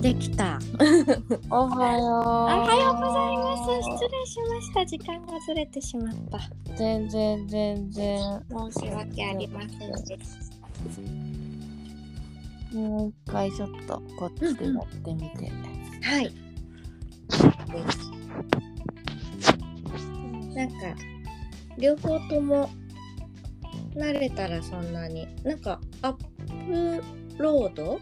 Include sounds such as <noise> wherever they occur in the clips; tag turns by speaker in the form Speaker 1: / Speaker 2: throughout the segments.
Speaker 1: できた。
Speaker 2: おはよう。
Speaker 1: おはようございます。失礼しました。時間がずれてしまった。
Speaker 2: 全然全然。
Speaker 1: 申し訳ありませんでし
Speaker 2: もう一回ちょっとこっちでやってみて。
Speaker 1: た。はい。なんか両方とも慣れたらそんなになんかアップロード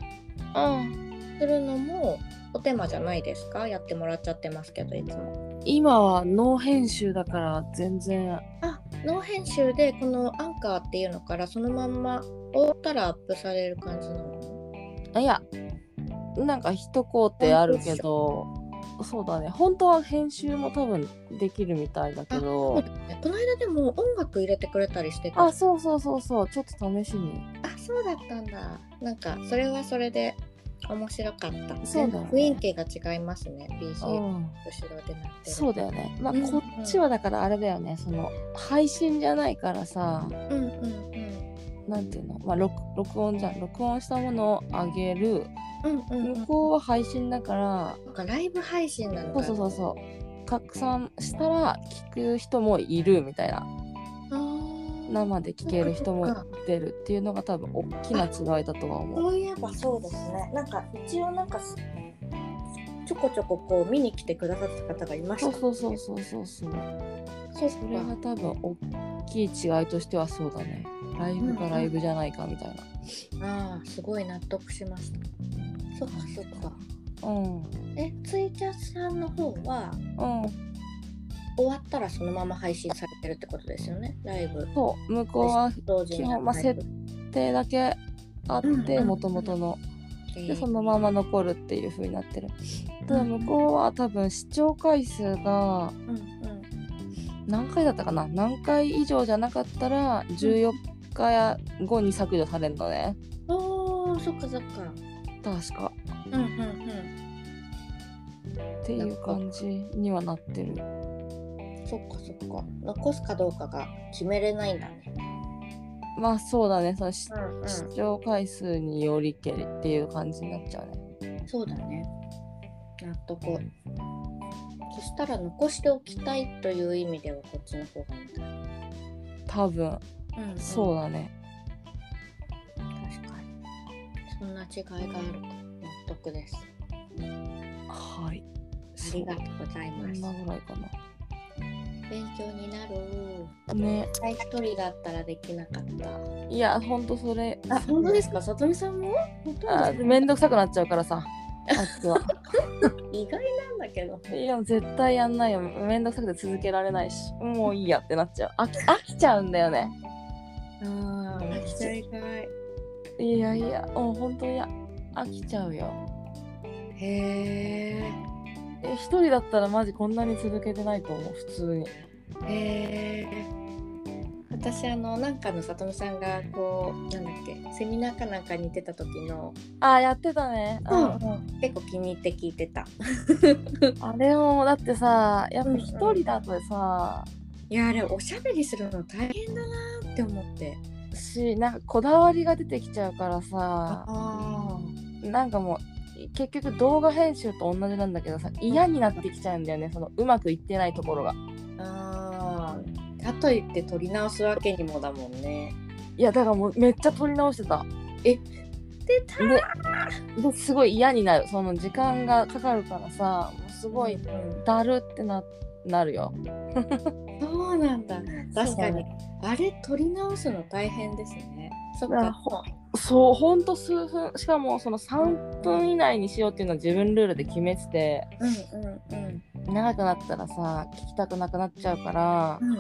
Speaker 2: うん。
Speaker 1: するのもお手間じゃないですかやってもらっちゃってますけどいつも。
Speaker 2: 今はノー編集だから全然。
Speaker 1: あノー編集でこのアンカーっていうのからそのまんま追ったらアップされる感じなの
Speaker 2: あいや、なんか一工程あるけど、そうだね。本当は編集も多分できるみたいだけ
Speaker 1: そう
Speaker 2: ど。
Speaker 1: だねこの間でも音楽入れてくれたりしてた
Speaker 2: あ、そうそうそうそう。ちょっと試しに。
Speaker 1: あそうだったんだなんかそれはそれで面白かった
Speaker 2: そうだね
Speaker 1: 雰囲気が違いますね BGM
Speaker 2: う
Speaker 1: 後
Speaker 2: ん。
Speaker 1: ろでなってる
Speaker 2: そうだよね。まあ、
Speaker 1: うん
Speaker 2: こっちはだからあれだよね。その配信じゃないからさ。
Speaker 1: うんうんうん
Speaker 2: なんていうの、まあ、録録音じゃん録音したものをあげる
Speaker 1: うんうん
Speaker 2: 向こうは配信だから
Speaker 1: なんかライブ配信なの
Speaker 2: そ
Speaker 1: か
Speaker 2: うそうそうそう拡散したら聞く人もいるみたいな
Speaker 1: あー
Speaker 2: 生で聞ける人
Speaker 1: そっか
Speaker 2: も
Speaker 1: そっか
Speaker 2: 出るっていうのが多分大きな違いだとは思う。
Speaker 1: そういえばそうですねなんか一応なんかすちょこちょここう見に来てくださった方がいまし
Speaker 2: そう
Speaker 1: た
Speaker 2: そうそうそうそうそう
Speaker 1: そう
Speaker 2: それが多分大きい違いとしてはそうだねライブかライブじゃないかみたいな
Speaker 1: ああすごい納得しましたそっかそっか
Speaker 2: うんうん
Speaker 1: えツイキャスさんの方は終わったらそのまま配信されてるってことですよねライブ
Speaker 2: そう向こうは
Speaker 1: 同時
Speaker 2: 基
Speaker 1: に
Speaker 2: 本まあ
Speaker 1: ライブ
Speaker 2: 設定だけあって
Speaker 1: うん
Speaker 2: もともとのでそのまま残るっていう風になってるただ
Speaker 1: うん
Speaker 2: 向こうは多分視聴回数
Speaker 1: う
Speaker 2: が
Speaker 1: んうん
Speaker 2: 何回だったかな何回以上じゃなかったら14日後に削除されるのね
Speaker 1: おーそっかそっか
Speaker 2: 確か
Speaker 1: うんうんうん
Speaker 2: っていう感じにはなってる
Speaker 1: そっかそっか残すかどうかが決めれないんだね
Speaker 2: まあそうだねそのし
Speaker 1: うんう
Speaker 2: 視聴回数によりけりっていう感じになっちゃうね
Speaker 1: そうだね納得そしたら残しておきたいという意味ではこっちの方がいいんだ
Speaker 2: 多分
Speaker 1: うんうん
Speaker 2: そうだね
Speaker 1: 確かにそんな違いがあると納得です
Speaker 2: はい
Speaker 1: ありがとうござい
Speaker 2: そうこ
Speaker 1: ます
Speaker 2: んなぐらいか
Speaker 1: 勉強になる
Speaker 2: なね
Speaker 1: 大一人だったらできなかった
Speaker 2: いやほんとそれ
Speaker 1: あ本当ですかさとみさんも本当
Speaker 2: あめんどくさくなっちゃ
Speaker 1: <laughs>
Speaker 2: うからさあっちは
Speaker 1: 意外なんだけど
Speaker 2: いや絶対やんないよめんどくさくて続けられないしもういいやってなっちゃう飽き飽きちゃうんだよね
Speaker 1: ああきちゃ意外
Speaker 2: いやいやもう本当に飽きちゃうよ
Speaker 1: へえ
Speaker 2: え一人だったらマジこんなに続けてないと思う普通に
Speaker 1: へえ私あのなんかのさとみさんがこうなんだっけセミナーかなんかに出た時の
Speaker 2: あやってたね
Speaker 1: うん
Speaker 2: ん
Speaker 1: 結構気に入って聞いてた
Speaker 2: あれもだってさやっぱ一人だとさ、
Speaker 1: いやあれおしゃべりするの大変だなーって思って
Speaker 2: しなんかこだわりが出てきちゃうからさ
Speaker 1: あ
Speaker 2: なんかもう結局動画編集と同じなんだけどさ嫌になってきちゃうんだよねそのうまくいってないところが
Speaker 1: あーかといって撮り直すわけにもだもんね
Speaker 2: いやだからもうめっちゃ撮り直してた
Speaker 1: え
Speaker 2: 出たですごい嫌になるその時間がかかるからさもうすごいだるってななるよ
Speaker 1: そうなんだ確か
Speaker 2: そうだ
Speaker 1: にあれ撮り直すの大変ですねそっ
Speaker 2: な
Speaker 1: か
Speaker 2: るそうほんと数分しかもその3分以内にしようっていうのは自分ルールで決めてて
Speaker 1: うんうんうん
Speaker 2: 長くなったらさ聞きたくなくなっちゃうから
Speaker 1: うんうん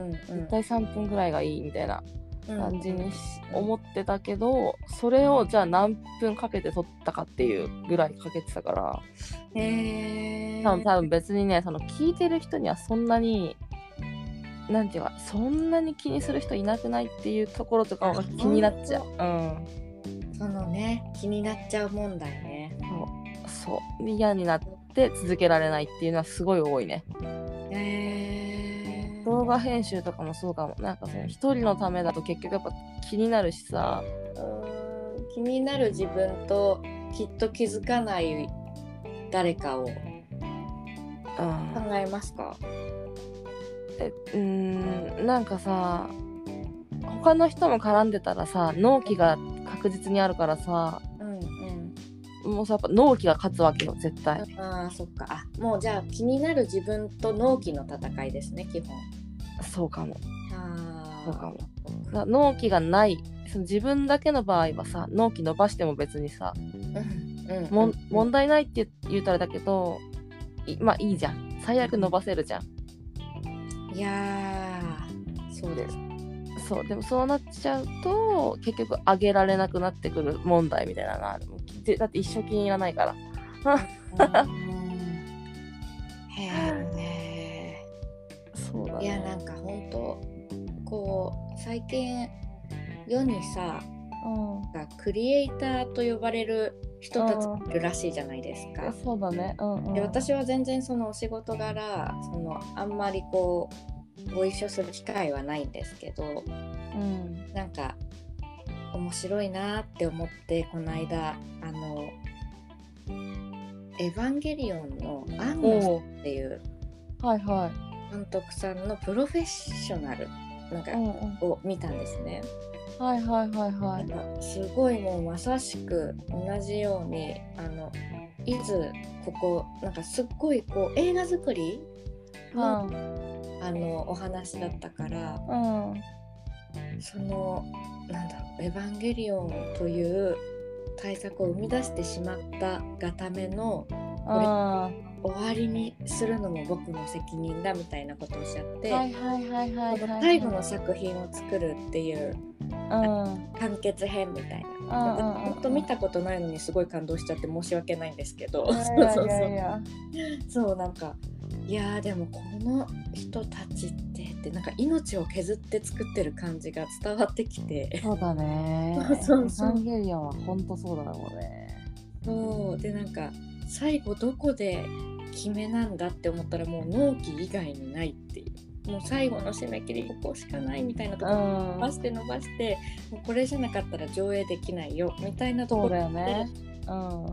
Speaker 1: うん
Speaker 2: 絶対3分ぐらいがいいみたいな
Speaker 1: うん
Speaker 2: 感じにし思ってたけどそれをじゃあ何分かけて撮ったかっていうぐらいかけてたから
Speaker 1: へえ
Speaker 2: 多分多分別にねその聞いてる人にはそんなになんていうかそんなに気にする人いなくないっていうところとかが気になっちゃううん
Speaker 1: そのね気になっちゃう問題ね
Speaker 2: そうで嫌になって続けられないっていうのはすごい多いね
Speaker 1: へえ
Speaker 2: 動画編集とかもそうかもなんかその一人のためだと結局やっぱ気になるしさ
Speaker 1: うーん気になる自分ときっと気づかない誰かを考
Speaker 2: うん
Speaker 1: えますか
Speaker 2: えうーんなんかさ他の人も絡んでたらさ納期が確実にあるからさ
Speaker 1: うんうん
Speaker 2: もうさやっぱ納期が勝つわけよ絶対
Speaker 1: あーそっかあもうじゃあ気になる自分と納期の戦いですね基本
Speaker 2: そうかも
Speaker 1: あ
Speaker 2: そうかも
Speaker 1: ー
Speaker 2: な納期がないその自分だけの場合はさ納期伸ばしても別にさ
Speaker 1: うんうん
Speaker 2: もん
Speaker 1: うん
Speaker 2: 問題ないって言うたらだけどいまあいいじゃん最悪伸ばせるじゃん
Speaker 1: いやーそうです
Speaker 2: そうでもそうなっちゃうと結局上げられなくなってくる問題みたいなのあるもうでだって一生気に入らないから
Speaker 1: へえ
Speaker 2: そうだ
Speaker 1: いやな
Speaker 2: ね
Speaker 1: んかほんとこう最近世にさ
Speaker 2: うん
Speaker 1: なんかクリエイターと呼ばれる人たちがいるらしいじゃないですか。
Speaker 2: そうだねうん、うん、
Speaker 1: で私は全然そのお仕事柄そのあんまりこうご一緒する機会はないんですけど
Speaker 2: うん
Speaker 1: なんか面白いなって思ってこの間あの「エヴァンゲリオン」のアンナさん
Speaker 2: おう
Speaker 1: っていう
Speaker 2: はいは
Speaker 1: 監督さんの「プロフェッショナル」なん
Speaker 2: い、
Speaker 1: か
Speaker 2: うんうん、
Speaker 1: を見たんですね。
Speaker 2: はいはいはい
Speaker 1: な
Speaker 2: は
Speaker 1: ん
Speaker 2: い
Speaker 1: かすごいもうまさしく同じようにあのいつここなんかすっごいこう映画作りの,、あのお話だったから
Speaker 2: うんうん
Speaker 1: そのなんだろう「エヴァンゲリオン」という対策を生み出してしまったがための
Speaker 2: あー
Speaker 1: 終わりにするのも僕の責任だみたいなことをおっしゃって、
Speaker 2: はいはいはいはいはい
Speaker 1: 最後の作品を作るっていう
Speaker 2: うん
Speaker 1: 完結編みたいな。
Speaker 2: うんうんうん
Speaker 1: 本当見たことないのにすごい感動しちゃって申し訳ないんですけど
Speaker 2: い
Speaker 1: そう <laughs>
Speaker 2: や
Speaker 1: そ
Speaker 2: いうやいや
Speaker 1: そうそうなんかいやーでもこの人たちってってなんか命を削って作ってる感じが伝わってきて
Speaker 2: そうだね
Speaker 1: そうそう
Speaker 2: エヴァンゲリオンは本当そうだもんね
Speaker 1: そうでなんか最後どこで決めなんだって思ったらもう納期以外にないっていうもう最後の締め切りここしかないみたいなと
Speaker 2: う
Speaker 1: ころ伸ば
Speaker 2: ん
Speaker 1: して伸ばしてもうこれじゃなかったら上映できないよみたいなとこ
Speaker 2: そ
Speaker 1: ろ
Speaker 2: うだよねうん
Speaker 1: 行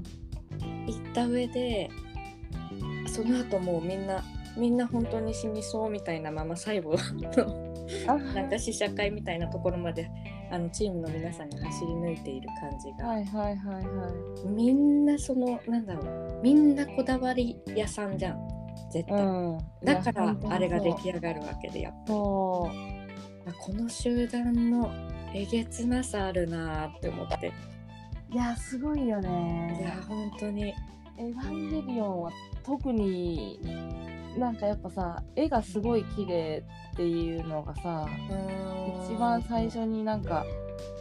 Speaker 1: った上でその後もうみんなみんな本当に死にそうみたいなまま最
Speaker 2: <laughs>
Speaker 1: 後
Speaker 2: あ
Speaker 1: なんか試写会みたいなところまであのチームの皆さんが走り抜いている感じが、
Speaker 2: はいはいはいは
Speaker 1: みんなそのなんだろうみんなこだわり屋さんじゃん絶対、
Speaker 2: いうん
Speaker 1: だからあれがで
Speaker 2: る
Speaker 1: き上がるわけでやっぱ
Speaker 2: そ
Speaker 1: あこの集団のえげつなさあるなーって思って
Speaker 2: ういやすごいよ
Speaker 1: いや
Speaker 2: ね
Speaker 1: 本当に
Speaker 2: エヴァンゲリオンは特になんかやっぱさ絵がすごい綺麗っていうのがさ
Speaker 1: うーん
Speaker 2: 一番最初になんか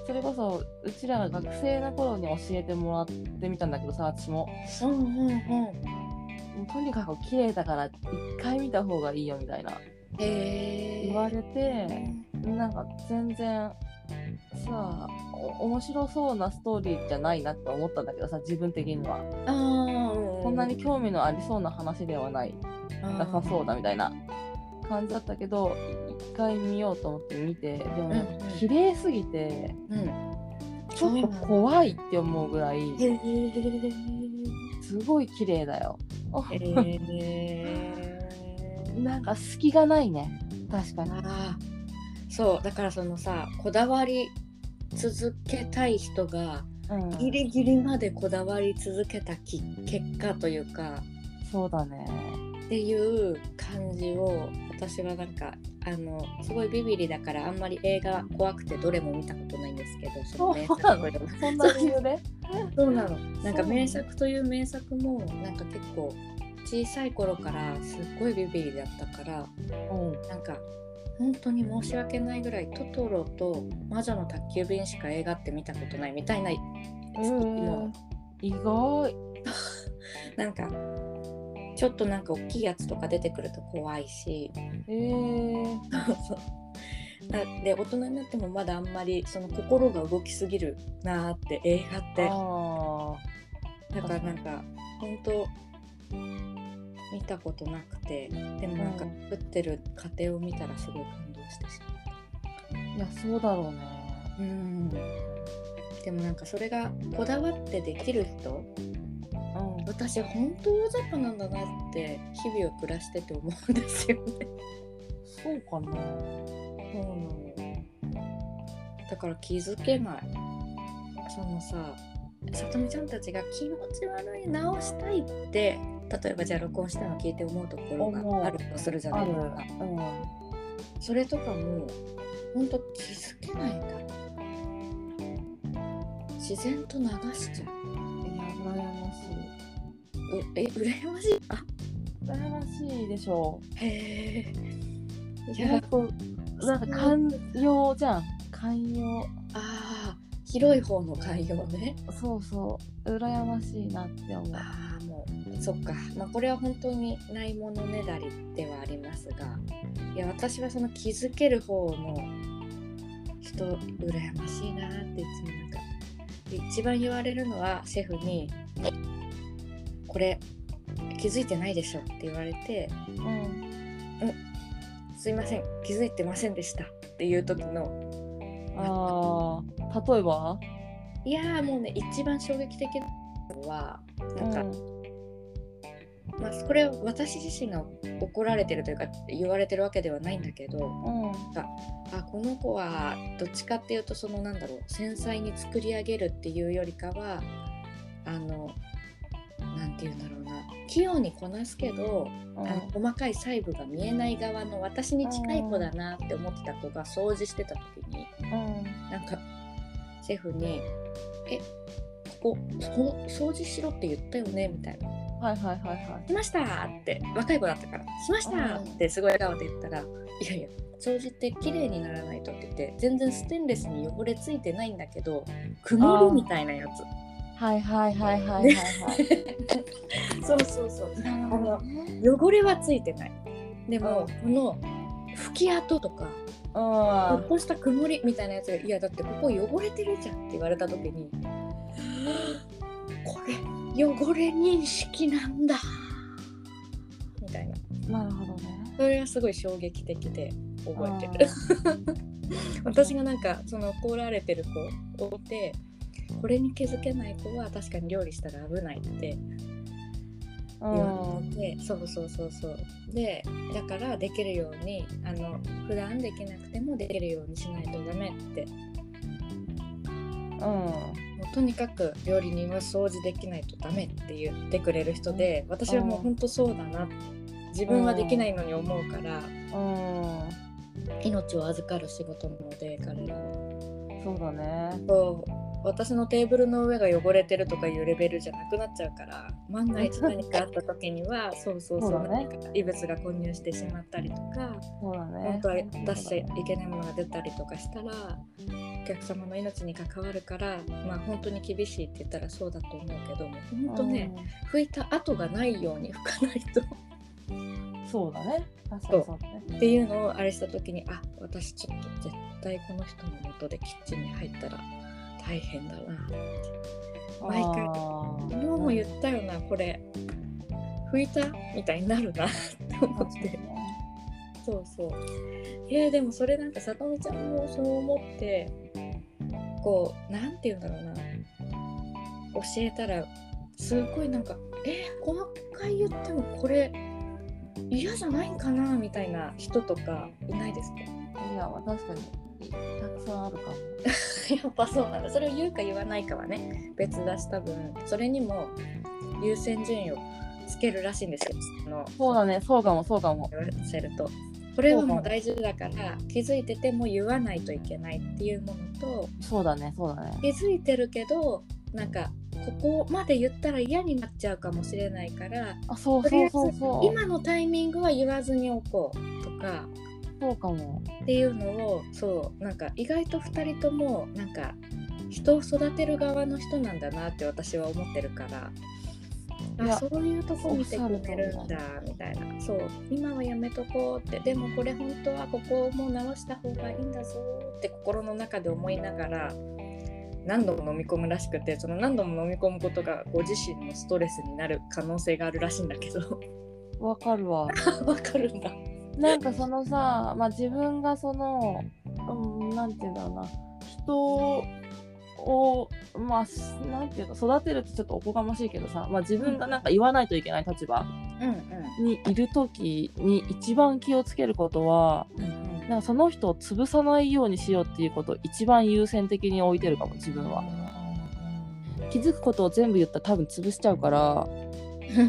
Speaker 2: それこそうちらが学生の頃に教えてもらってみたんだけどさ私も
Speaker 1: うんうんうん
Speaker 2: とにかく綺麗だから一回見た方がいいよみたいな
Speaker 1: へ
Speaker 2: 言われてなんか全然さお面白そうなストーリーじゃないなって思ったんだけどさ自分的には
Speaker 1: あー
Speaker 2: こんなに興味のありそうな話ではないなさそうだみたいな感じだったけどい一回見ようと思って見てでもなんか
Speaker 1: うんうん
Speaker 2: 綺麗すぎて
Speaker 1: うん。うん
Speaker 2: ちょっと怖いって思うぐらい
Speaker 1: へえ。
Speaker 2: すごい綺麗だよ
Speaker 1: <laughs> へ
Speaker 2: なんか隙がないね確かに
Speaker 1: あーそうだからそのさこだわり続けたい人が
Speaker 2: うん
Speaker 1: ギリギリまでこだわり続けたき結果というか
Speaker 2: そうだね
Speaker 1: っていう感じを私はなんかあのすごいビビリだからあんまり映画怖くてどれも見たことないんですけどの名作
Speaker 2: そうなのそんな理由で
Speaker 1: そうなの。なんか
Speaker 2: そう
Speaker 1: 名作という名作もなんか結構小さい頃からすっごいビビリだったから
Speaker 2: うん
Speaker 1: なんか本当に申し訳ないぐらい「トトロ」と「魔女の宅急便」しか映画って見たことないみたいなもう
Speaker 2: 意外
Speaker 1: なんかちょっとなんか大きいやつとか出てくると怖いし
Speaker 2: えー、
Speaker 1: なで大人になってもまだあんまりその心が動きすぎるなーって映画って
Speaker 2: あ
Speaker 1: だからなんか本当見たことなくてでもなんか
Speaker 2: うん
Speaker 1: 作ってる過程を見たらすごい感動してしま
Speaker 2: ーいやそうだろうね
Speaker 1: ううんでもなんかそれがこだわってできる人
Speaker 2: うん
Speaker 1: 私本当大雑把なんだなって日々を暮らしてて思うんですよね。
Speaker 2: そうかな
Speaker 1: だから気づけない。そのささとみちゃんたちが気持ち悪い直したいって例えばじゃあ録音したの聞いて思うところ
Speaker 2: 思う
Speaker 1: があるとするじゃないですか。それとかも本当気づけないんだろう自然と流しちゃう
Speaker 2: うんや羨ましいう
Speaker 1: え羨ましいあ
Speaker 2: 羨ましいでしょ
Speaker 1: へえ
Speaker 2: う
Speaker 1: いや
Speaker 2: ほんとなんか寛容じゃん寛容
Speaker 1: あー広い方の海洋ね
Speaker 2: そうそう羨ましいなって思う
Speaker 1: ああもうそっかまあこれは本当にないものねだりではありますがいや私はその気づける方の人羨ましいなーっていつもなんかで一番言われるのはシェフに「これ気づいてないでしょ」って言われて
Speaker 2: う
Speaker 1: 「
Speaker 2: ん
Speaker 1: すいません気づいてませんでした」っていう時の
Speaker 2: あー例えば
Speaker 1: いやーもうね一番衝撃的なのはなんか、
Speaker 2: うん
Speaker 1: まあ、これは私自身が怒られてるというか言われてるわけではないんだけど、
Speaker 2: うん
Speaker 1: あこの子はどっちかっていうとそのなんだろう繊細に作り上げるっていうよりかはあのなんて言うんだろうな器用にこなすけど、
Speaker 2: うん
Speaker 1: あの細かい細部が見えない側の私に近い子だなって思ってた子が掃除してた時に
Speaker 2: うん
Speaker 1: なんかシェフに「えここそ掃除しろって言ったよね」みたいな
Speaker 2: はいはいはいはい
Speaker 1: しましたって若い子だったからしましたってすごい笑顔で言ったら、いやいや掃除って綺麗にならないとって言って全然ステンレスに汚れついてないんだけど曇りみたいなやつ
Speaker 2: はいはいはいはいはいはい。
Speaker 1: そうそうそう
Speaker 2: なる
Speaker 1: ほど
Speaker 2: ね。
Speaker 1: 汚れはついてないで
Speaker 2: う
Speaker 1: も
Speaker 2: ん
Speaker 1: この拭き跡とか
Speaker 2: うん。
Speaker 1: こうした曇りみたいなやつが「いやだってここ汚れてるじゃん」って言われた時に「これ汚れ認識なんだ」みたいな
Speaker 2: なるほどね。
Speaker 1: それがすごい衝撃的で覚えてる。
Speaker 2: うん
Speaker 1: 私がなんかその怒られてる子を見てこれに気づけない子は確かに料理したら危ないって
Speaker 2: う
Speaker 1: 言わ
Speaker 2: ん。
Speaker 1: れて、そうそうそうそうでだからできるようにあの普段できなくてもできるようにしないとダメって
Speaker 2: う
Speaker 1: もうとにかく料理人は掃除できないとダメって言ってくれる人で私はもう
Speaker 2: うん
Speaker 1: ほんとそうだな自分はできないのに思うから、
Speaker 2: ん。うん。
Speaker 1: 命を預かる仕事なので彼らは。
Speaker 2: そうだね。
Speaker 1: そう私のテーブルの上が汚れてるとかいうレベルじゃなくなっちゃうから万が一何かあった時に <laughs> はそうそうそう
Speaker 2: そうだね
Speaker 1: 何か異物が混入してしまったりとか、
Speaker 2: そうだね。
Speaker 1: 本当は出しちゃいけないものが出たりとかしたらお客様の命に関わるからまあ本当に厳しいって言ったらそうだと思うけども本当ね、拭いた跡がないように拭かないとっ
Speaker 2: うん。そうだね。確かにそうだね。
Speaker 1: ていうのをあれした時にあ私ちょっと絶対この人の元でキッチンに入ったら大変だな毎回昨日も言
Speaker 2: て
Speaker 1: ったよな、これ拭いたみたいになるなって思ってそうそういやでもそれなんかさとみちゃんもそう思ってこうなんて言うんだろうな教えたらすごいなんか「え細かい言ってもこれ嫌じゃないんかな」みたいな人とかいないですか
Speaker 2: いや、確かに。たくさんあるかも。
Speaker 1: <laughs> やっぱそうなんだそれを言うか言わないかはね別だし多分それにも優先順位をつけるらしいんですよその
Speaker 2: そうだね。そうかも、そうかも。
Speaker 1: 言わせるとこれはもう大事だから気づいてても言わないといけないっていうものと
Speaker 2: そうだね。そうだね。
Speaker 1: 気づいてるけどなんかここまで言ったら嫌になっちゃうかもしれないから
Speaker 2: あ、そう
Speaker 1: とりあ
Speaker 2: そ
Speaker 1: え
Speaker 2: う
Speaker 1: ず
Speaker 2: そうそう。
Speaker 1: 今のタイミングは言わずにおこうとか
Speaker 2: そうかも。
Speaker 1: っていうのをそうなんか意外と2人ともなんか人を育てる側の人なんだなって私は思ってるから。
Speaker 2: い
Speaker 1: あ
Speaker 2: や
Speaker 1: そういうとこ見てくれるんだみたいなそう今はやめとこうってでもこれ本当はここも直した方がいいんだぞって心の中で思いながら何度も飲み込むらしくてその何度も飲み込むことがご自身のストレスになる可能性があるらしいんだけど <laughs>
Speaker 2: わかるわ。
Speaker 1: わかるんだ
Speaker 2: なんかそのさ、まあ、自分がその、うん、なんて言うんだろうな人をまあすなんていうの育てるってちょっとおこがましいけどさ、まあ、自分がなんか言わないといけない立場
Speaker 1: うん
Speaker 2: にいる時に一番気をつけることは
Speaker 1: うんうん
Speaker 2: なんかその人を潰さないようにしようっていうことを一番優先的に置いてるかも自分は。気づくことを全部言ったら多分潰しちゃうから
Speaker 1: うんうんう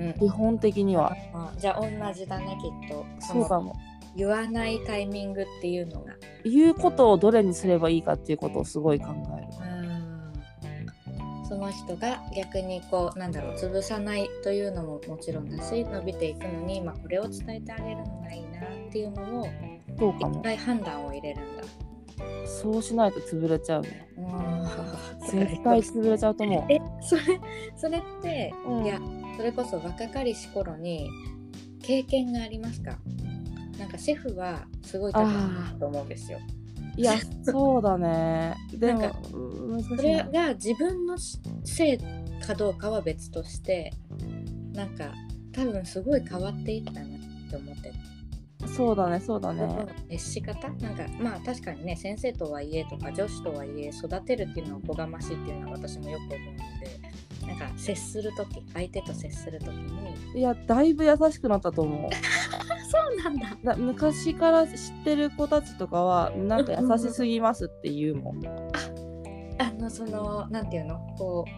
Speaker 1: んうん
Speaker 2: 基本的には
Speaker 1: あじゃあ同じだねきっとそ
Speaker 2: そう
Speaker 1: の
Speaker 2: かも
Speaker 1: 言わないタイミングっていうのが
Speaker 2: 言うことをどれにすればいいかっていうことをすごい考える。
Speaker 1: その人が逆にこうなんだろう潰さないというのももちろんだし伸びていくのに今これを伝えてあげるのがいいなっていうのを
Speaker 2: そうか
Speaker 1: 一
Speaker 2: も
Speaker 1: 回判断を入れるんだ。
Speaker 2: そうしないと潰れちゃうね絶
Speaker 1: 絶
Speaker 2: 対潰れちゃうと思う
Speaker 1: <laughs> えそれそれって、
Speaker 2: うん
Speaker 1: いやそれこそ若かりし頃に経験がありますかなんかシェフはすごい多分
Speaker 2: あー
Speaker 1: と思うんですよ。
Speaker 2: いやそうだねでも
Speaker 1: なんか
Speaker 2: うん難しい
Speaker 1: そ
Speaker 2: な
Speaker 1: れが自分のせいかどうかは別としてなんか多分すごい変わっていったなって思ってて
Speaker 2: そうだねそうだね
Speaker 1: 接し方なんかまあ確かにね先生とはいえとか女子とはいえ育てるっていうのはおこがましいっていうのは私もよく思うのでなんか接する時相手と接する時に
Speaker 2: いやだいぶ優しくなったと思う
Speaker 1: あそうなんだ
Speaker 2: だ昔から知ってる子たちとかはなんか優しすぎますって言うもん
Speaker 1: あのそのなんていうのこう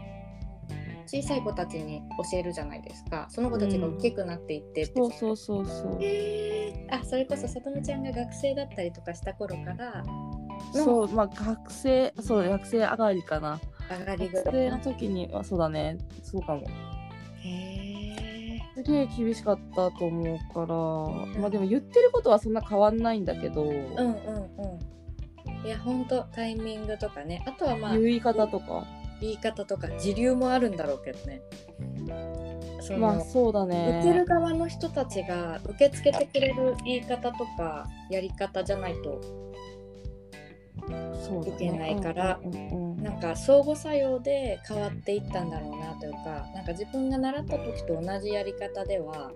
Speaker 1: 小さい子たちに教えるじゃないですかその子たちが大きくなっていってって
Speaker 2: そうそうそうそう
Speaker 1: へーあそれこそさとみちゃんが学生だったりとかした頃から
Speaker 2: そうまあ学生そう学生上がりかな
Speaker 1: 上がりぐ
Speaker 2: 学
Speaker 1: ら
Speaker 2: 生
Speaker 1: い
Speaker 2: の時にはそうだねそうかも
Speaker 1: へ
Speaker 2: すげえ厳しかったと思うからまあでも言ってることはそんな変わんないんだけど、
Speaker 1: ーうんうんうんいやほんとタイミングとかねあとはまあ
Speaker 2: 言い方とか
Speaker 1: 言い方とか時流もあるんだろうけどねその、
Speaker 2: まあそうだね
Speaker 1: 受ける側の人たちが受け付けてくれる言い方とかやり方じゃないと
Speaker 2: そうだね
Speaker 1: いけないから
Speaker 2: うんうんうん
Speaker 1: なんか相互作用で変わっていったんだろうなというかなんか自分が習った時と同じやり方では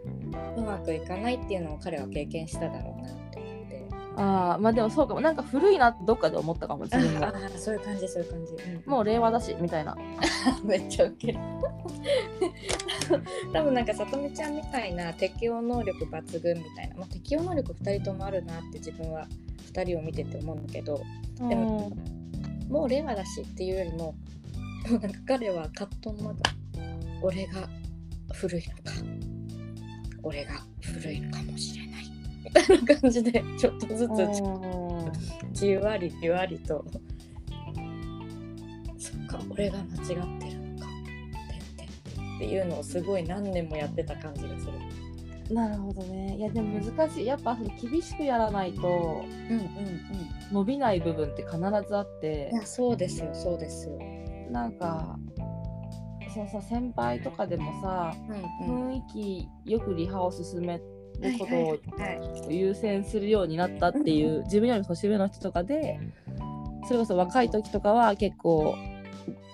Speaker 1: うまくいかないっていうのを彼は経験しただろうなって思って
Speaker 2: ああまあでもそうかもなんか古いなってどっかで思ったかも自分
Speaker 1: <laughs> あ
Speaker 2: が
Speaker 1: あそういう感じそういう感じ、うん
Speaker 2: もう令和だしみたいな
Speaker 1: <laughs> めっちゃウケる <laughs> 多分なんかさとみちゃんみたいな適応能力抜群みたいな、まあ、適応能力2人ともあるなって自分は2人を見てて思うんだけど
Speaker 2: うん
Speaker 1: でももう令和だしっていうよりもなんか彼は葛藤の中俺が古いのか俺が古いのかもしれないみたいな感じでちょっとずつじわりじわりとそっか俺が間違ってるのかてんてんてんっていうのをすごい何年もやってた感じがする。
Speaker 2: なるほどねいやでも難しいやっぱその厳しくやらない
Speaker 1: うんう
Speaker 2: と
Speaker 1: んうん。
Speaker 2: 伸びない部分って必ずあって
Speaker 1: いやそうですよそうですよ。
Speaker 2: なんかそのさ先輩とかでもさ
Speaker 1: うんうん。
Speaker 2: 雰囲気よくリハを進めることを
Speaker 1: はいはい
Speaker 2: 優先するようになったっていう自分より年上の人とかでそれこそ若い時とかは結構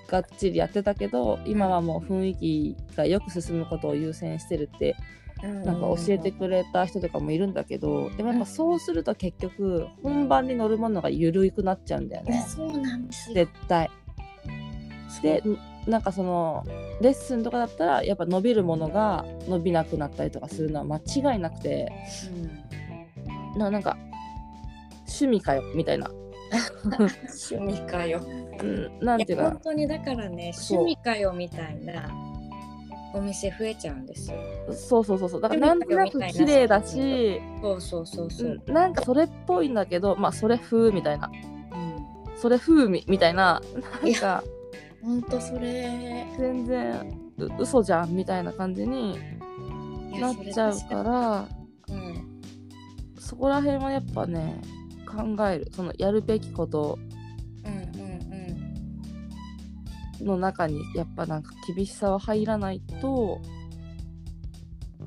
Speaker 2: がっちりやってたけど今はもう雰囲気がよく進むことを優先してるって
Speaker 1: はい
Speaker 2: なんか教えてくれた人とかもいるんだけどでもやっぱそうすると結局本番に乗るものが緩くなっちゃうんだよ
Speaker 1: いや
Speaker 2: ね
Speaker 1: そうなんですよ。
Speaker 2: 絶対。でなんかそのレッスンとかだったらやっぱ伸びるものが伸びなくなったりとかするのは間違いなくて。
Speaker 1: うん
Speaker 2: ななんか趣味かよみたいな、
Speaker 1: 趣味かよ。
Speaker 2: うん、なんていう
Speaker 1: いや本
Speaker 2: か
Speaker 1: 当にだからね
Speaker 2: そう
Speaker 1: 趣味かよみたいなお店増えちゃうんですよ。
Speaker 2: そうそうそうそうだからなんとなく綺麗だし、
Speaker 1: そうそうそうそうう。
Speaker 2: ん、なんかそれっぽいんだけどまあそれ風みたいな
Speaker 1: うん
Speaker 2: それ風味みたいななん
Speaker 1: い
Speaker 2: か
Speaker 1: 本当それ。
Speaker 2: 全然う嘘じゃんみたいな感じに
Speaker 1: いや
Speaker 2: なっちゃうか。
Speaker 1: それ確
Speaker 2: ら
Speaker 1: かにうん
Speaker 2: そこら辺はやっぱね考えるそのやるべきこと
Speaker 1: うんうん
Speaker 2: の中にやっぱなんか厳しさは入らないと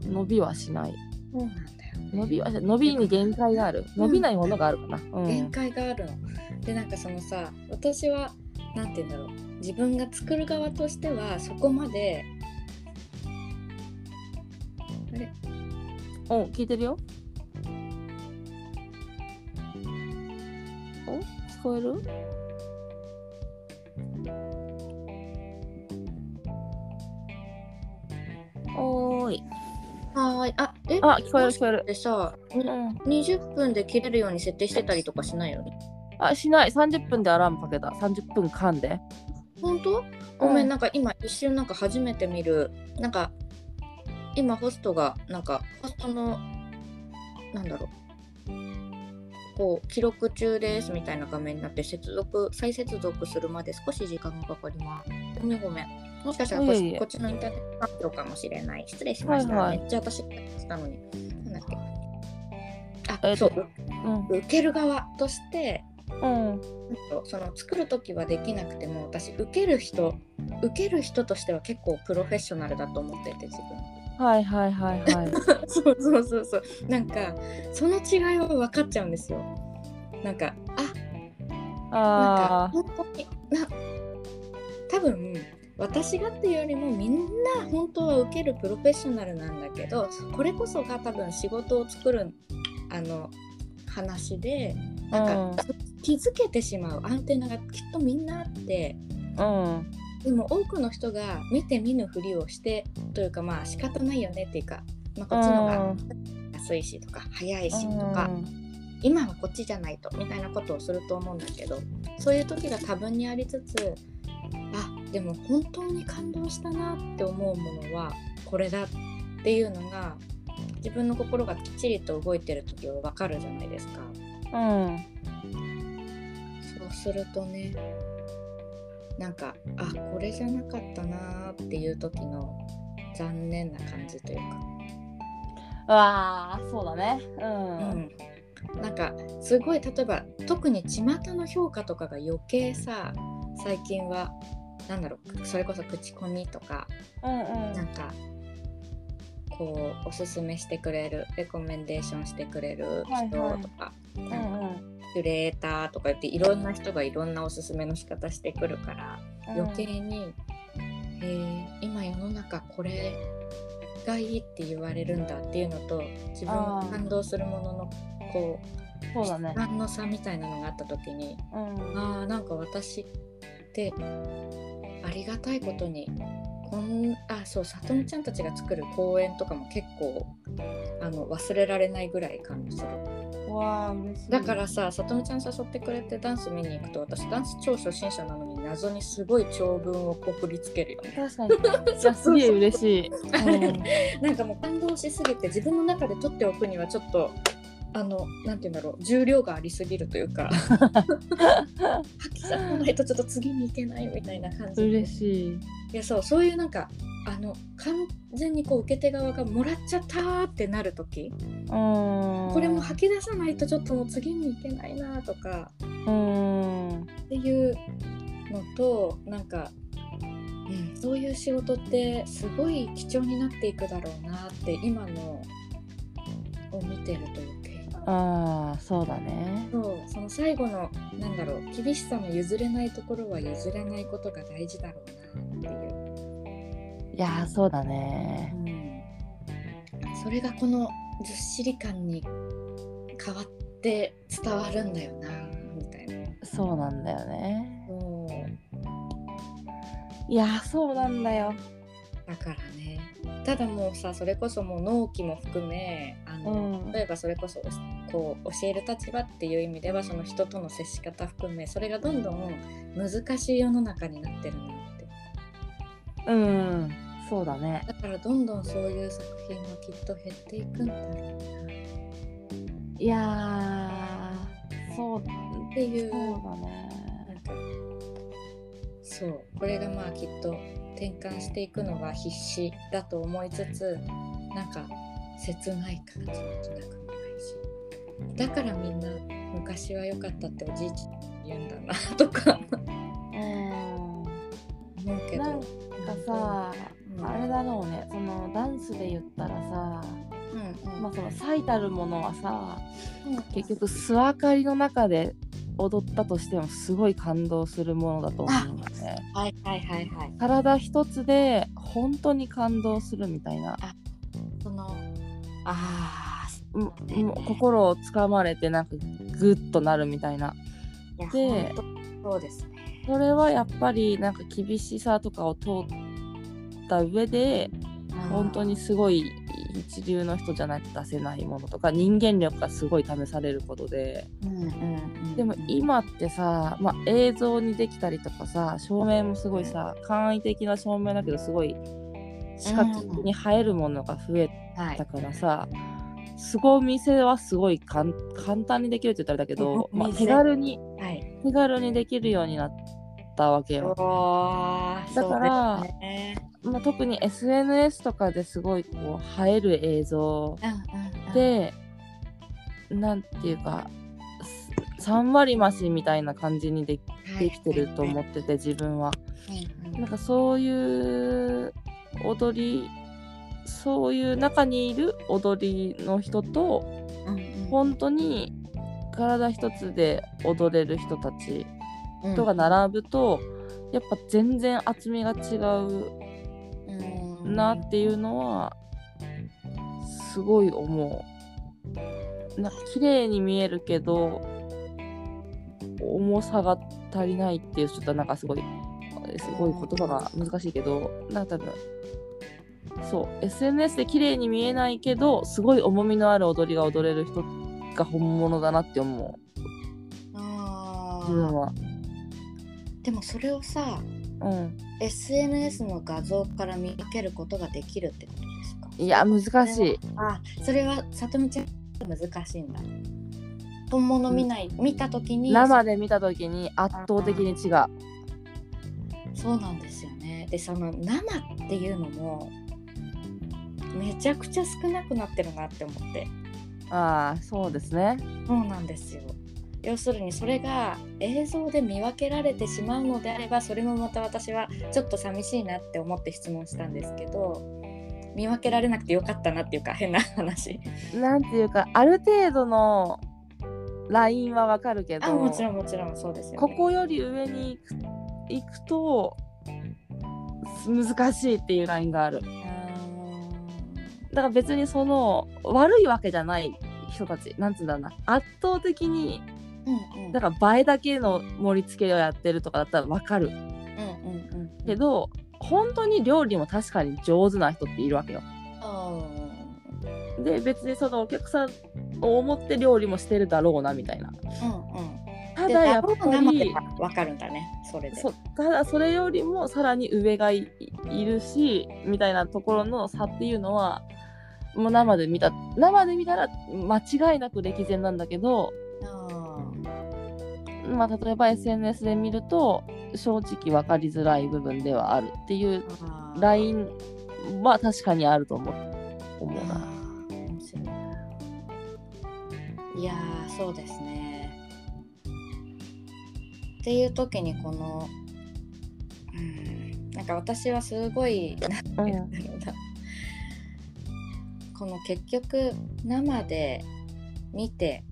Speaker 2: 伸びはしない
Speaker 1: うん。そうなんだよね。
Speaker 2: 伸びは伸びに限界がある
Speaker 1: うん
Speaker 2: 伸びないものがあるかな、うん
Speaker 1: 限界があるの。でなんかそのさ私はなんて言うんだろう自分が作る側としてはそこまであれ
Speaker 2: うん聞いてるよお聞こえる
Speaker 1: はーい。あ、え、
Speaker 2: あ聞こえる聞こえる、
Speaker 1: でさ、
Speaker 2: うん、
Speaker 1: 20分で切れるように設定してたりとかしないよね。
Speaker 2: あしない30分でアラームかけた30分噛んで
Speaker 1: 本当？ごめ
Speaker 2: うん
Speaker 1: ん、なんか今一瞬なんか初めて見るなんか今ホストがなんかホストのなんだろうこう記録中ですみたいな画面になって接続再接続するまで少し時間がかかります。ごめんごめん。もしかしたらこ
Speaker 2: いえいえ
Speaker 1: こっちのインターネット環境かもしれない。失礼しました。
Speaker 2: はいはい
Speaker 1: めっちゃ私が言ってたのに。なんだっけ。
Speaker 2: え
Speaker 1: あ、
Speaker 2: っ
Speaker 1: そ
Speaker 2: と
Speaker 1: う。
Speaker 2: うん
Speaker 1: 受ける側として
Speaker 2: うん
Speaker 1: その作る時はできなくても私受ける人受ける人としては結構プロフェッショナルだと思ってて自分
Speaker 2: はいは
Speaker 1: <laughs>
Speaker 2: いはいはい
Speaker 1: そうそうそうそうなんかその違いは分かっちゃうんですよなんかあな
Speaker 2: あ
Speaker 1: んか本当にな多分私がっていうよりもみんな本当は受けるプロフェッショナルなんだけどこれこそが多分仕事を作るあの話でなんか、気づけてしまうアンテナがきっとみんなあって
Speaker 2: ーうん
Speaker 1: でも多くの人が見て見ぬふりをしてというかまあ仕方ないよねっていうか、まあ、こっちの方が安いしとか早いしとか今はこっちじゃないとみたいなことをすると思うんだけどそういう時が多分にありつつあでも本当に感動したなって思うものはこれだっていうのが自分の心がきっちりと動いてる時は分かるじゃないですか。
Speaker 2: うん、うん
Speaker 1: そうするとねなんかあこれじゃなかったなーっていう時の残念な感じというか、
Speaker 2: わあそうだねう、
Speaker 1: うんん、なんかすごい例えば特に巷の評価とかが余計さ最近はなんだろうそれこそ口コミとか
Speaker 2: うん
Speaker 1: なんかこうおすすめしてくれるレコメンデーションしてくれる人とか、
Speaker 2: はいうんう
Speaker 1: なんか
Speaker 2: ん
Speaker 1: キュレーターとか言っていろんな人がいろんなおすすめの仕方してくるから。
Speaker 2: うん
Speaker 1: 余計に、えー今世の中これがいいって言われるんだっていうのと自分
Speaker 2: あ
Speaker 1: が
Speaker 2: ー
Speaker 1: 感動するもののこう
Speaker 2: そうだね
Speaker 1: 質感の差みたいなのがあった時に
Speaker 2: うん
Speaker 1: あーなんか私ってありがたいことにこんあそうさとみちゃんたちが作る公演とかも結構あの忘れられないぐらい感動する。
Speaker 2: わあ嬉しい
Speaker 1: だからさ、さとみちゃん誘ってくれてダンス見に行くと私ダンス超初心者なのに謎にすごい長文をこう送りつけるよね。
Speaker 2: 確か
Speaker 1: <laughs>
Speaker 2: にいやすげえ嬉しい、うん、
Speaker 1: なんかもう感動しすぎて自分の中で取っておくにはちょっとあのなんて言うんだろう重量がありすぎるというか吐き出さないとちょっと次に行けないみたいな感じで
Speaker 2: 嬉しい
Speaker 1: いやそうそういうなんかあの完全にこう受け手側がもらっちゃったーってなる時
Speaker 2: うん
Speaker 1: これも吐き出さないとちょっともう次に行けないなーとか
Speaker 2: うん
Speaker 1: っていうのとなんか、うん、そういう仕事ってすごい貴重になっていくだろうなって今のを見てるというか
Speaker 2: ああそうだね
Speaker 1: そうその最後のなんだろう厳しさの譲れないところは譲れないことが大事だろうなっていう、
Speaker 2: いやーそうだね
Speaker 1: それがこのずっしり感に変わって伝わるんだよなみたいな。
Speaker 2: そうなんだよね
Speaker 1: そう
Speaker 2: いやーそうなんだよ
Speaker 1: だからねただもうさそれこそもう納期も含めあの、
Speaker 2: うん
Speaker 1: 例えばそれこそこう教える立場っていう意味ではその人との接し方含めそれがどんどん難しい世の中になってるなって
Speaker 2: うんそうだね
Speaker 1: だからどんどんそういう作品もきっと減っていくんだろ
Speaker 2: いやーそう
Speaker 1: うってい
Speaker 2: そう
Speaker 1: う
Speaker 2: だね
Speaker 1: なんかそうこれがまあきっと転換していくのは必死だと思いつつなんか切ない感じもしなくもないしだからみんな昔は良かったっておじいちゃん言うんだなとか
Speaker 2: うん
Speaker 1: 思うけど
Speaker 2: なんかさ
Speaker 1: うん
Speaker 2: あれだろうねそのダンスで言ったらさ、
Speaker 1: うんうん
Speaker 2: まあ、その最たるものはさ
Speaker 1: うん
Speaker 2: 結局素明かりの中で踊ったとしてもすごい感動するものだと思うんだよね
Speaker 1: はいはいはいはい
Speaker 2: 体一つで本当に感動するみたいな
Speaker 1: そのあ
Speaker 2: うも
Speaker 1: ね
Speaker 2: う心をつかまれてなんかグッとなるみたいな
Speaker 1: あいや
Speaker 2: で
Speaker 1: 本当そうですね
Speaker 2: それはやっぱりなんか厳しさとかを通った上で本当にすごい一流の人じゃないと出せないものとか人間力がすごい試されることで
Speaker 1: うんうんうん
Speaker 2: でも今ってさ、まあ、映像にできたりとかさ照明もすごいさ簡易的な照明だけどすごい視覚に映えるものが増え
Speaker 1: はい
Speaker 2: だからさ、すごみせはすごいかん簡単にできるって言ったらあれだけど、
Speaker 1: うん
Speaker 2: まあ、
Speaker 1: 見せ
Speaker 2: 手軽に
Speaker 1: はい
Speaker 2: 手軽にできるようになったわけよ。
Speaker 1: おー
Speaker 2: だから
Speaker 1: そうですね
Speaker 2: まあ、特に SNS とかですごいこう映える映像
Speaker 1: うんうんうん
Speaker 2: で、なんていうか3割増しみたいな感じにでできてると思ってて自分は。
Speaker 1: はいうん
Speaker 2: なんかそういう踊りそういう中にいる踊りの人と
Speaker 1: うんうん
Speaker 2: 本当に体一つで踊れる人たち
Speaker 1: うん
Speaker 2: とが並ぶと、やっぱ全然厚みが違う
Speaker 1: うん
Speaker 2: なっていうのはすごい思う。なんか綺麗に見えるけど重さが足りないっていうちょっとなんかすごいすごい言葉が難しいけどなんか多分そう SNS で綺麗に見えないけどすごい重みのある踊りが踊れる人が本物だなって思う。
Speaker 1: あ
Speaker 2: 自分
Speaker 1: ー
Speaker 2: は。
Speaker 1: でもそれをさ
Speaker 2: うん、
Speaker 1: SNS の画像から見分けることができるってことですか
Speaker 2: いや難しい。
Speaker 1: あそれはさとみちゃん難しいんだ本物見ない、見た時に
Speaker 2: 生で見た時に圧倒的に違う。
Speaker 1: そうなんですよねでその生っていうのもめちゃくちゃ少なくなってるなって思って
Speaker 2: ああそうですね。
Speaker 1: そうなんですよ要するにそれが映像で見分けられてしまうのであればそれもまた私はちょっと寂しいなって思って質問したんですけど見分けられなくてよかったなっていうか変な話
Speaker 2: なんていうかある程度のラインはわかるけど
Speaker 1: あもちろんもちろんそうですよ、ね、
Speaker 2: ここより上に行く行くと難しいっていうラインがある。
Speaker 1: あー
Speaker 2: だから別にその悪いわけじゃない人たちなんつうんだろうな圧倒的に
Speaker 1: うんうん
Speaker 2: だから映えだけの盛り付けをやってるとかだったらわかる
Speaker 1: うんうんうんうん
Speaker 2: けど本当に料理も確かに上手な人っているわけよ。
Speaker 1: あ
Speaker 2: で別にそのお客さんを思って料理もしてるだろうなみたいな
Speaker 1: ーうんうん
Speaker 2: た
Speaker 1: で
Speaker 2: だやっ
Speaker 1: ダブ
Speaker 2: ぱ
Speaker 1: ル生で
Speaker 2: り
Speaker 1: はわかるんだねそれで
Speaker 2: そただそれよりもさらに上がいいるしみたいなところの差っていうのはもう生で見た生で見たら間違いなく歴然なんだけど、
Speaker 1: あ
Speaker 2: まあ、例えば SNS で見ると正直分かりづらい部分ではあるっていう
Speaker 1: ー
Speaker 2: ラインは確かにあると思う思う
Speaker 1: あ
Speaker 2: な。
Speaker 1: ー面白いいやーそうですねっていう時にこのうんなんか私はすごい
Speaker 2: う
Speaker 1: なん
Speaker 2: ん
Speaker 1: だろうなこの結局生で見て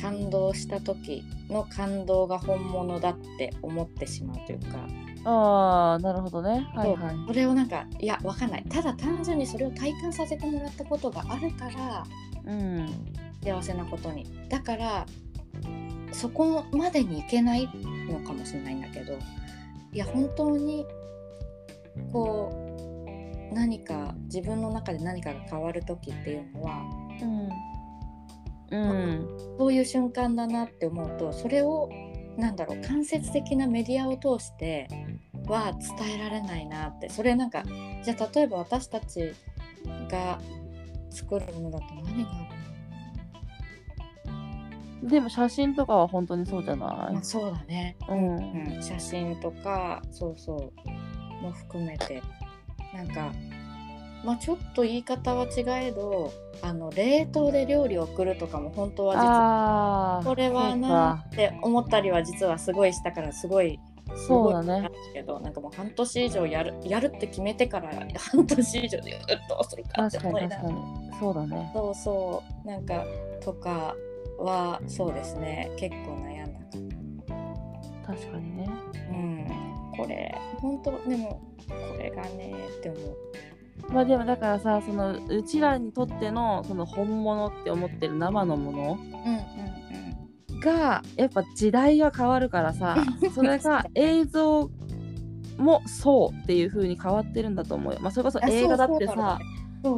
Speaker 1: 感動した時の感動が本物だって思ってしまうというか、
Speaker 2: ああなるほどね。はいはい。
Speaker 1: それをなんかいやわかんないただ単純にそれを体感させてもらったことがあるから
Speaker 2: うん
Speaker 1: 幸せなことにだからそこまでに行けないのかもしれないんだけどいや本当にこう何か自分の中で何かが変わる時っていうのは
Speaker 2: うん
Speaker 1: そういう瞬間だなって思うとそれをなんだろう間接的なメディアを通しては伝えられないなってそれなんかじゃあ例えば私たちが作るものだと何があるの
Speaker 2: でも写真とかは本当にそうじゃな
Speaker 1: ま
Speaker 2: い
Speaker 1: あ、そうだね、
Speaker 2: うん
Speaker 1: うん、写真とかそうそうも含めてなんか、まあ、ちょっと言い方は違えどあの冷凍で料理を送るとかも本当は実は
Speaker 2: ああ
Speaker 1: これはなって思ったりは実はすごいしたからすごいす
Speaker 2: そ
Speaker 1: ご
Speaker 2: う
Speaker 1: い
Speaker 2: だね
Speaker 1: なったけどなんかもう半年以上やるやるって決めてから半年以上でどうするかって
Speaker 2: 確か
Speaker 1: 思い
Speaker 2: に
Speaker 1: な
Speaker 2: 確
Speaker 1: が
Speaker 2: からにそうだね
Speaker 1: そうそうなんかとかはそうですね結構悩んだか
Speaker 2: 確かにね
Speaker 1: らうんこれ本当でもこれがねって思う
Speaker 2: まあでもだからさそのうちらにとってのその本物って思ってる生のもの
Speaker 1: うんうん
Speaker 2: <laughs> がやっぱ時代が変わるからさそれが映像もそうっていう風に変わってるんだと思うよ。まあ、それこそ映画だってさ、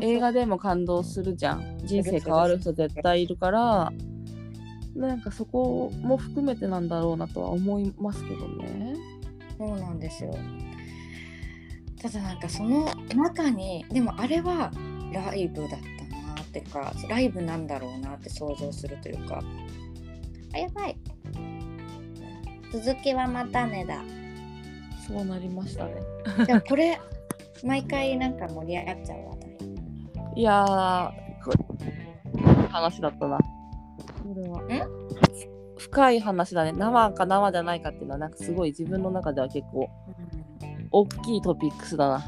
Speaker 2: 映画でも感動するじゃん人生変わる人絶対いるからなんかそこも含めてなんだろうなとは思いますけどね
Speaker 1: そうなんですよただなんかその中にでもあれはライブだったなっていうかライブなんだろうなって想像するというかあやばい続きはまたね <laughs> だ
Speaker 2: そうなりましたね
Speaker 1: じゃあこれ毎回なんか盛り上がっちゃう話題
Speaker 2: いやーこれ話だったなこれは深い話だね生か生じゃないかっていうのはなんかすごい自分の中では結構大きいトピックスだな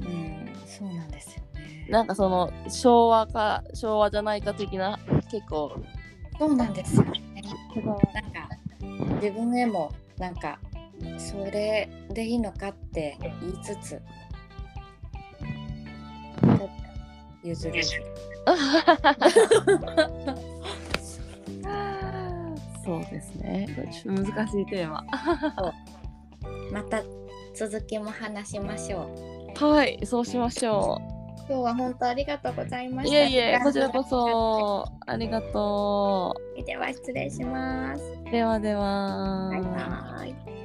Speaker 1: うん、うん、そうなんですよね
Speaker 2: なんかその昭和か昭和じゃないか的な結 <laughs> 構
Speaker 1: そうなんですよねなんか自分へもなんかそれでいいのかって言いつつ譲る
Speaker 2: そうですねこれちょっと難しいテーマ
Speaker 1: また続きも話しましょう
Speaker 2: はいそうしましょ
Speaker 1: 今日は本当ありがとうございま
Speaker 2: う
Speaker 1: し
Speaker 2: い
Speaker 1: た
Speaker 2: えいえこちらこそありがと
Speaker 1: では失礼します
Speaker 2: うではでは
Speaker 1: バイバイ